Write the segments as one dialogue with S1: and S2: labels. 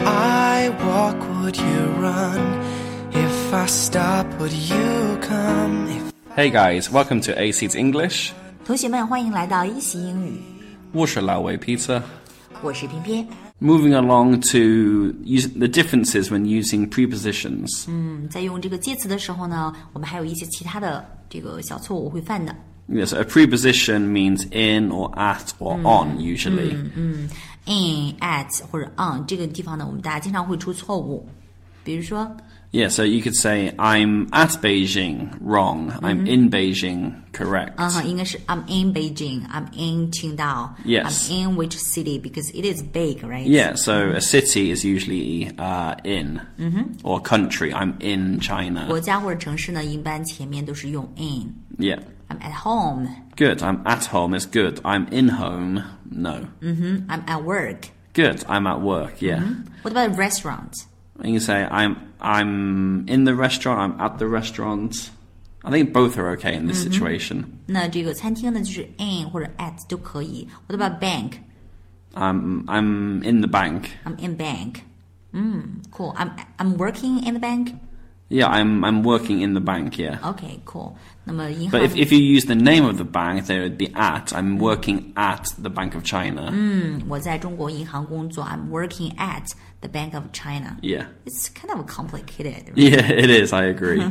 S1: I walk, would you run? If I stop, would you come? If
S2: Hey guys, welcome to AC's English.
S3: 同学们，欢迎来到一席英语，
S2: Wushalawe Pizza.
S3: 我是偏偏。
S2: Moving along to use the differences when using prepositions.
S3: 嗯，在用这个介词的时候呢，我们还有一些其他的这个小错误会犯的。
S2: Yes, a preposition means in or at or on usually.
S3: in at 或者 on 这个地方呢，我们大家经常会出错误。比如说，
S2: Yeah, so you could say I'm at Beijing, wrong. I'm in Beijing, correct.
S3: 嗯、应该是 I'm in Beijing, I'm in Qingdao,
S2: Yes.
S3: I'm in which city because it is big, right?
S2: Yeah, so a city is usually uh, in or country. I'm in China.
S3: 国家或者城市呢，一般前面都是用 in。
S2: Yeah.
S3: I'm at home,
S2: Good. I'm at home is good. I'm in home. No.
S3: I'm at work.
S2: Good. I'm at work. Yeah.
S3: What about restaurant?
S2: And you say I'm I'm in the restaurant. I'm at the restaurant. I think both are okay in this situation.
S3: 那这个餐厅呢，就是 in 或者 at 都可以。What about bank?
S2: I'm I'm in the bank.
S3: I'm in bank. 嗯，cool. I'm I'm working in the bank.
S2: Yeah, I'm I'm working in the bank. Yeah.
S3: Okay, cool. 那么银行
S2: But if, if you use the name of the bank, there would be at. I'm working at the Bank of China.
S3: 我在中国银行工作，I'm working at the Bank of China.
S2: Yeah.
S3: It's kind of complicated. right?
S2: Yeah, it is. I agree.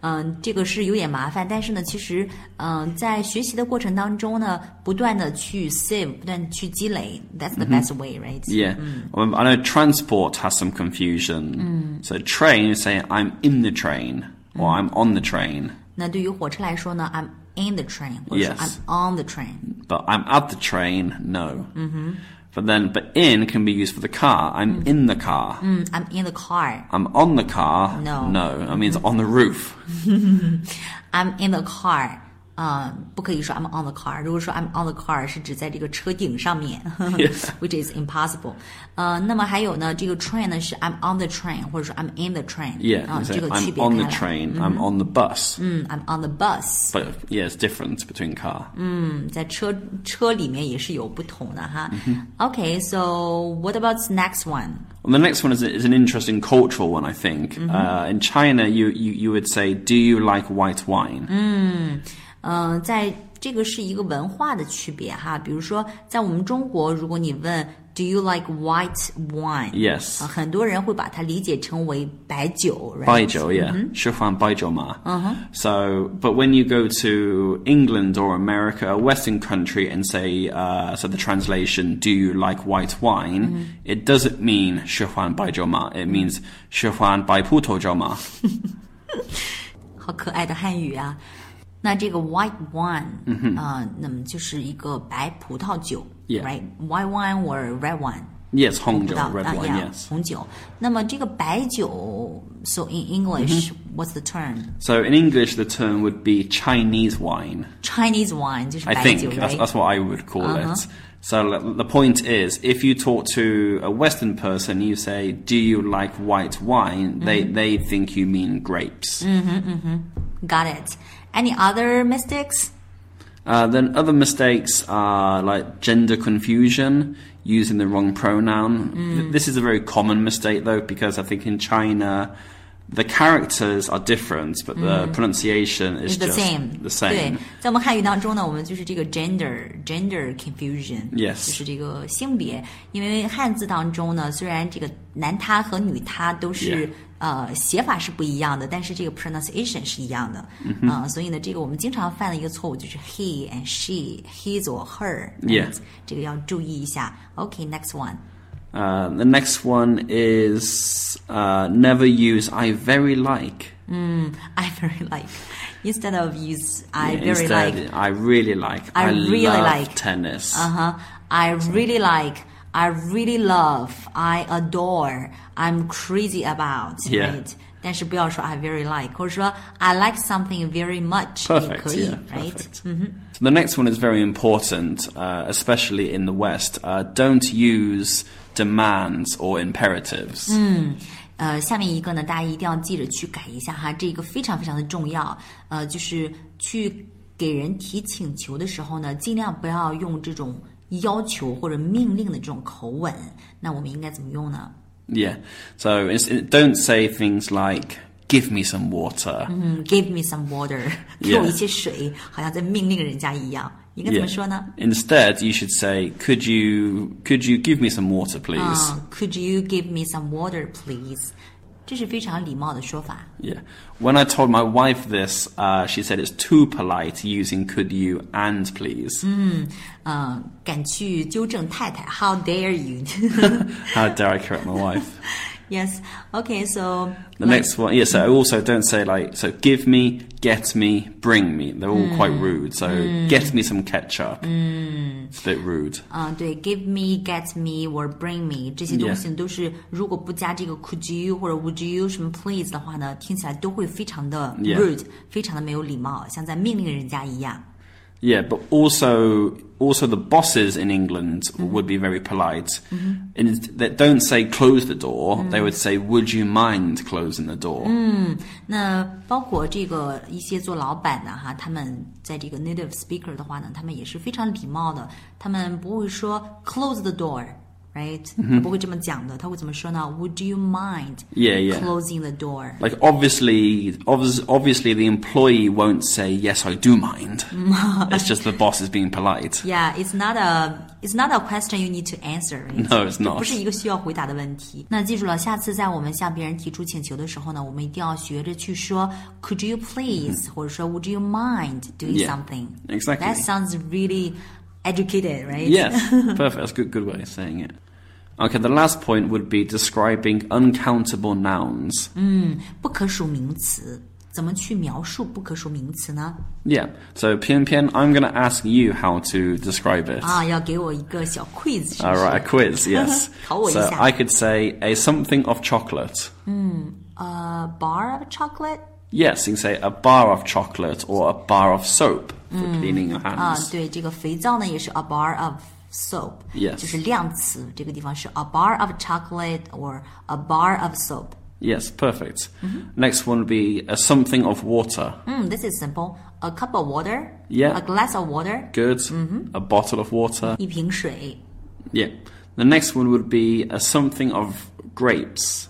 S3: 嗯，这个是有点麻烦，但是呢，其实嗯，在学习的过程当中呢，不断的去 save，不断地去积累，that's the best way, right?
S2: Mm-hmm yeah. Um, I know transport has some confusion. So train, you say I'm in the train or I'm on the train.
S3: 那对于火车来说呢，I'm in the train，或者说
S2: Yes.
S3: I'm on the train。
S2: But I'm at the train, no. But then, but in can be used for the car. I'm in the car.
S3: 嗯，I'm in the car.
S2: I'm on the car.
S3: Mm. No.
S2: No. That means on the roof.
S3: I'm in the car. 嗯，不可以说 I'm on the car。如果说 I'm on the car，是指在这个车顶上面 ，which is impossible。呃，那么还有呢，这个 train 呢是 I'm on the train，或者说 I'm in the train。
S2: Yeah.
S3: 啊
S2: you，say,
S3: 这个区
S2: I'm
S3: 别
S2: on
S3: 开
S2: the
S3: 来。
S2: train. I'm on the bus.
S3: 嗯，I'm on the bus。
S2: But yeah, it's different between car.
S3: 嗯，在车车里面也是有不同的哈。Okay，so what about the next one？
S2: Well, the next one is, is an interesting cultural one, I think. Uh, in China, you, you, you would say, Do you like white wine?
S3: 嗯、在这个是一个文化的区别哈。比如说，在我们中国，如果你问 Do you like white wine？啊，
S2: Yes.
S3: 很多人会把它理解成为白酒 r i
S2: Baijiu, yeah. Shihuan Baijiu Ma. So, but when you go to England or America, a Western country, and say, uh, so the translation, do you like white wine? It doesn't mean Shihuan Baijiu Ma. It means Shihuan Bai Puto Ma.
S3: 好可爱的汉语啊。那这个 white wine，啊、
S2: 嗯
S3: 那么就是一个白葡萄酒
S2: Yeah
S3: right？white wine or red wine？
S2: Yes,
S3: 葡
S2: Hongjiu,
S3: 萄
S2: red
S3: 啊
S2: wine,
S3: yeah，
S2: yes.
S3: 红酒。那么这个白酒，so in
S2: 嗯
S3: English，what's、the term？Chinese
S2: So in English, the term would be Chinese wine.
S3: wine 就是
S2: I
S3: 白酒
S2: think that's,
S3: ，right？Uh-huh.
S2: that's what I would call it. So l- the point is, if you talk to a Western person, you say, "Do you like white wine?"
S3: Mm-hmm.
S2: They they think you mean grapes.
S3: Mm. Got it. Any other mistakes?
S2: Uh, then other mistakes are like gender confusion, using the wrong pronoun.
S3: Mm.
S2: Th- This is a very common mistake though, because I think in China. The characters are different, but the pronunciation is
S3: Mm. It's the
S2: just
S3: same.
S2: the
S3: 对
S2: same.，
S3: 在我们汉语当中呢，我们就是这个 gender gender confusion，、
S2: Yes.
S3: 就是这个性别。因为汉字当中呢，虽然这个男他和女他都是
S2: Yeah.
S3: 呃写法是不一样的，但是这个 pronunciation 是一样的。嗯、
S2: Mm-hmm
S3: 所以呢，这个我们经常犯的一个错误就是 he and she, his or her。
S2: Yeah.
S3: 这个要注意一下。OK，next、one。
S2: Uh, the next one is uh, never use I very like.
S3: I very like instead of use I
S2: Yeah,
S3: very
S2: instead,
S3: like
S2: I really like.
S3: I really
S2: love
S3: like.
S2: tennis.
S3: Uh-huh. I really like, I really love, I adore, I'm crazy about.
S2: Yeah.
S3: Right? 但是不要说 I very like，或者说 I like something very much
S2: Perfect.
S3: 也可以
S2: yeah,
S3: right? Mm-hmm.
S2: perfect. So the next one is very important, uh, especially in the West. Uh, don't use demands or imperatives.
S3: Mm. 呃，下面一个呢，大家一定要记着去改一下哈，这个非常非常的重要。呃，就是去给人提请求的时候呢，尽量不要用这种要求或者命令的这种口吻。那我们应该怎么用呢？
S2: Yeah. So it's, it, don't say things like "Give me some water."
S3: 嗯，Give me some water，给
S2: Yeah.
S3: 我一些水，好像在命令人家一样。应该怎
S2: Yeah.
S3: 么说呢？
S2: Instead, you should say, "Could you could you give me some water, please?"
S3: 嗯，Could you give me some water, please？这是非常礼貌的说法。
S2: Yeah. When I told my wife this, uh, she said it's too polite using "could you" and "please."
S3: 嗯，敢去纠正太太，How dare you？
S2: How dare I correct my wife?
S3: Yes. Okay. So
S2: The next one, yeah. So also don't say like so. Give me, get me, bring me. They're all quite rude. So get me some ketchup. It's a bit rude.
S3: 嗯、对，give me, get me or bring me 这些东西都是如果不加这个 could you 或者 would you 什么 please 的话呢，听起来都会非常的
S2: Yeah.
S3: rude，、非常的没有礼貌，像在命令人家一样。
S2: Yeah, but also also the bosses in England would be very polite, and it's- they don't say close the door. They would say, "Would you mind closing the door?"
S3: 那包括这个一些做老板的哈，他们在这个 native speaker 的话呢，他们也是非常礼貌的，他们不会说 close the door，right？、不
S2: 嗯
S3: 会这么讲的，他会怎么说呢？Would you mind
S2: Yeah, yeah.
S3: closing the door？
S2: Like obviously, obvi- obviously the employee won't say, "Yes, I do mind." it's just the boss is being polite.
S3: Yeah, it's not a it's not a question you need to answer. right?
S2: No, it's
S3: 不是
S2: not.
S3: 一个需要回答的问题。那记住了，下次在我们向别人提出请求的时候呢，我们一定要学着去说 Could you please，、或者说 Would you mind
S2: 嗯
S3: doing
S2: Yeah,
S3: something?
S2: exactly.
S3: That sounds really educated, right?
S2: Yes, perfect. That's a good, good way of saying it. Okay, the last point would be describing uncountable nouns.
S3: 不可数名词怎么去描述不可数名词呢？
S2: Yeah. So, Pian Pian, I'm going to ask you how to describe it.
S3: 啊，要给我一个小 quiz 是
S2: All
S3: 不是
S2: right, a quiz, yes.
S3: 考我一下。
S2: so I could say a something of chocolate.
S3: A bar of chocolate.
S2: Yes, you can say a bar of chocolate or a bar of soap for cleaning your
S3: 啊
S2: hands.，
S3: 对，这个肥皂呢也是 a bar of soap，、
S2: Yes
S3: 就是量词，这个地方是 a bar of chocolate or a bar of soap。
S2: Yes, perfect. Next one would be a something of water.
S3: 嗯，this Hmm, is simple. A cup of water.
S2: Yeah.
S3: A glass of water.
S2: Good. A bottle of water.
S3: 一瓶水。
S2: Yeah. The next one would be a something of grapes.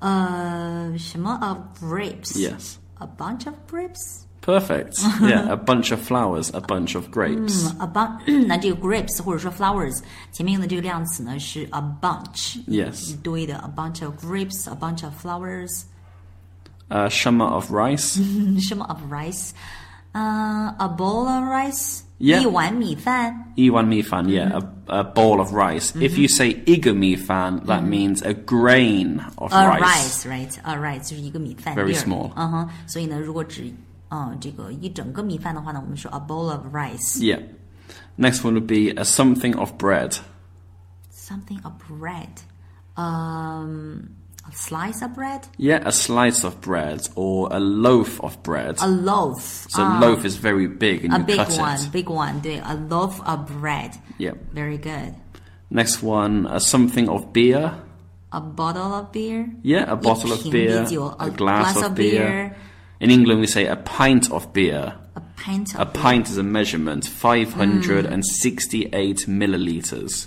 S3: 呃，什么 of grapes?
S2: Yes.
S3: A bunch of grapes.
S2: Perfect. Yeah, a bunch of flowers, a bunch of grapes.
S3: A bunch. 那这个 grapes 或者说 flowers 前面用的这个量词呢是 a bunch，一
S2: Yes.
S3: 堆的 a bunch of grapes, a bunch of flowers，
S2: A shama of rice.
S3: 嗯什么 of rice，嗯、a bowl of rice，、
S2: Yeah
S3: 一碗米饭。
S2: Iwan mifan, yeah,
S3: Mm-hmm.
S2: a, a bowl of rice. If you say iga mifan, that means a grain of
S3: A
S2: rice.
S3: rice, right? A rice 就是一个米饭
S2: Very
S3: 粒儿
S2: small.
S3: 嗯哼，所以呢，如果只嗯这个一整个米饭的话呢，我们说 a bowl of rice,
S2: Yeah. Next one would be a something of bread.
S3: something of bread, um, a slice of bread,
S2: Yeah, a slice of bread or a loaf of bread.
S3: a loaf, Uh,
S2: so loaf is very big and
S3: a
S2: you
S3: big
S2: cut
S3: one,
S2: it.
S3: big one. 对，a loaf of bread.
S2: Yep.
S3: Very good.
S2: Next one, a something of beer.
S3: A bottle of beer.
S2: Yeah, a bottle of beer.
S3: 一瓶啤酒,
S2: A glass of beer. In England, we say a pint of beer.
S3: A pint
S2: A
S3: of beer.
S2: pint is a measurement, 568 milliliters.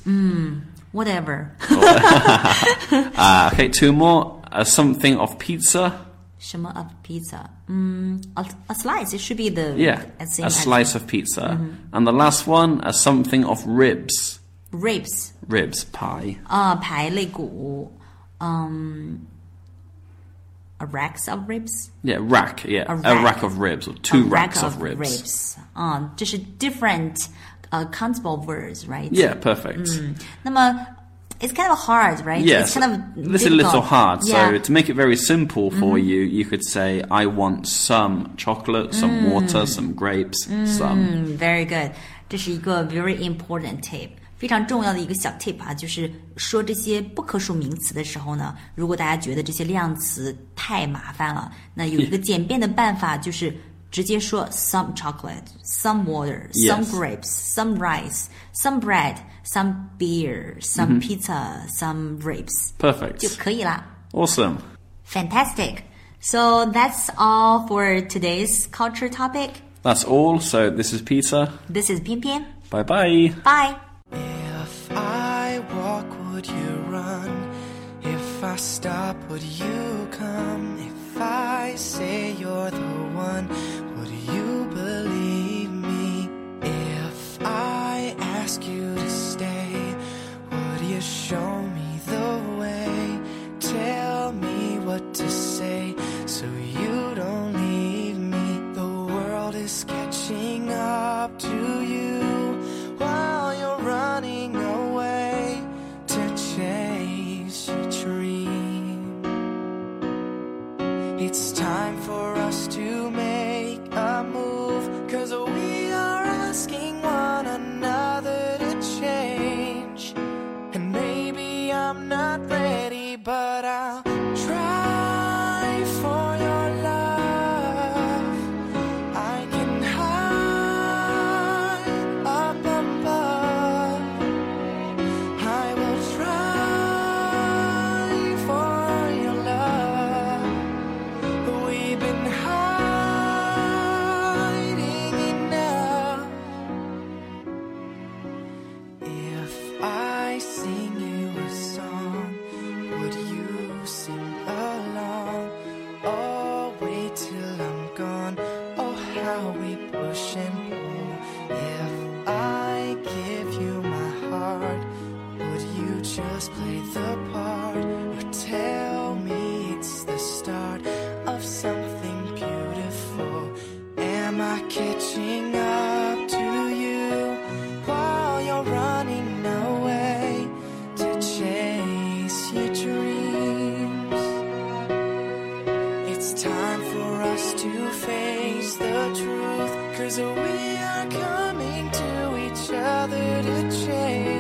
S3: Whatever.
S2: Ah, okay, two more. A something of pizza.
S3: 什么 of pizza? 嗯、a a slice. It should be the
S2: Yeah,
S3: as same
S2: a
S3: as
S2: slice of pizza. And the last one, a something of ribs.
S3: ribs. Uh,
S2: Ribs pie.
S3: 啊、排肋骨，嗯、a racks of ribs,
S2: Yeah, rack. Yeah, a,
S3: rack.
S2: rack of ribs or two
S3: a
S2: racks
S3: rack
S2: of ribs.
S3: 啊、这是 different uh, countable words, right?
S2: Yeah, perfect.
S3: 那么 it's kind of hard, right?
S2: Yes,
S3: it's kind of
S2: this is a little
S3: difficult.
S2: hard. So
S3: Yeah. Mm-hmm.
S2: to make it very simple for you, you could say, "I want some chocolate, some water, some grapes, some."
S3: Mm, very good，这是一个 very important tip，非常重要的一个小 tip 啊，就是说这些不可数名词的时候呢，如果大家觉得这些量词太麻烦了，那有一个简便的办法就是。直接说 some chocolate, some water, some
S2: Yes.
S3: grapes, some rice, some bread, some beer,
S2: Mm-hmm.
S3: some pizza, some grapes 就
S2: Perfect.
S3: 可以啦。
S2: Awesome.
S3: Fantastic. So that's all for today's culture topic.
S2: That's all. So this is Peter.
S3: This is 偏偏
S2: Bye bye.
S3: Bye.
S1: If I walk, would you run? I stop, would you come? If I say you're the one, would you believe me? If I ask you to stay, would you show me the way? Tell me what to say so you don't leave me. The world is catching up to you while you're running away to chase your dream. It's time for us to make a move. Cause we are asking one another to change. And maybe I'm not ready, but I'll try for your love. I can hide up above. I will try for your love. We've been hiding enough. If I sing you a song, would you sing along? Oh, wait till I'm gone. Oh, how we push and pull. If I give you my heart, would you just play the part? Or tell me it's the start of something beautiful? Am I catching up to you? while you're running away to chase your dreams. It's time for us to face the truth, cause we are coming to each other to change.